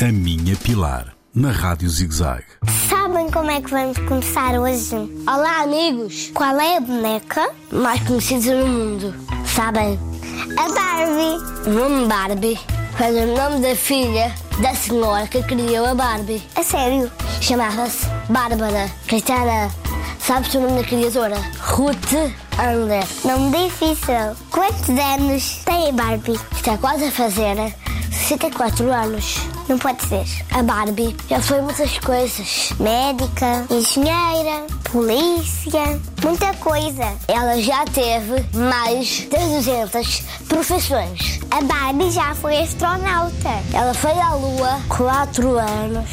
A Minha Pilar, na Rádio ZigZag. Sabem como é que vamos começar hoje? Olá, amigos! Qual é a boneca mais conhecida no mundo? Sabem? A Barbie. O nome Barbie foi o nome da filha da senhora que criou a Barbie. A sério? Chamava-se Bárbara Cristina. Sabes o nome da criadora? Ruth André. Nome difícil. Quantos anos tem a Barbie? Está quase a fazer 74 anos. Não pode ser. A Barbie já foi muitas coisas: médica, engenheira, polícia, muita coisa. Ela já teve mais de 200 profissões. A Barbie já foi astronauta. Ela foi à Lua 4 anos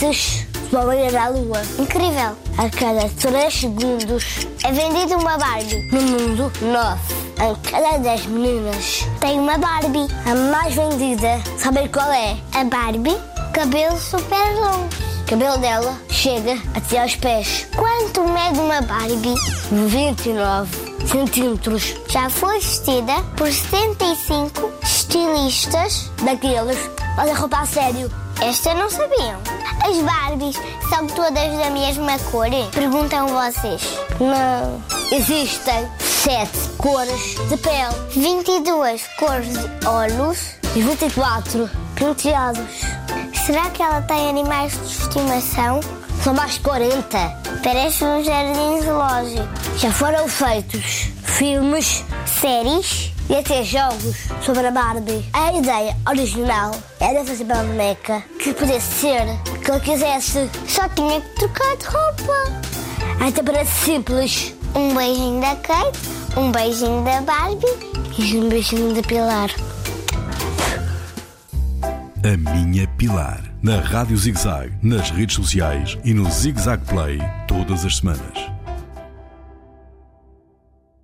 antes. do homem ir à Lua. Incrível. A cada 3 segundos é vendida uma Barbie. No mundo, 9 em cada 10 meninas tem uma Barbie. A mais vendida, saber qual é? A Barbie, cabelo super longo. O cabelo dela chega até aos pés. Quanto mede uma Barbie? 29 centímetros. Já foi vestida por 75 estilistas daqueles. Mas a roupa a sério. Esta não sabiam. As Barbies são todas da mesma cor? Perguntam vocês. Não. Existem sete cores de pele, 22 cores de olhos e 24 penteados. Será que ela tem animais de estimação? São mais 40. Parece um jardim zoológico. Já foram feitos filmes, séries e até jogos sobre a Barbie. A ideia original era fazer uma boneca que pudesse ser o que ela quisesse. Só tinha que trocar de roupa. Até parece simples. Um beijinho da Kate, um beijinho da Barbie e um beijinho da Pilar. A Minha Pilar, na Rádio ZigZag, nas redes sociais e no ZigZag Play, todas as semanas.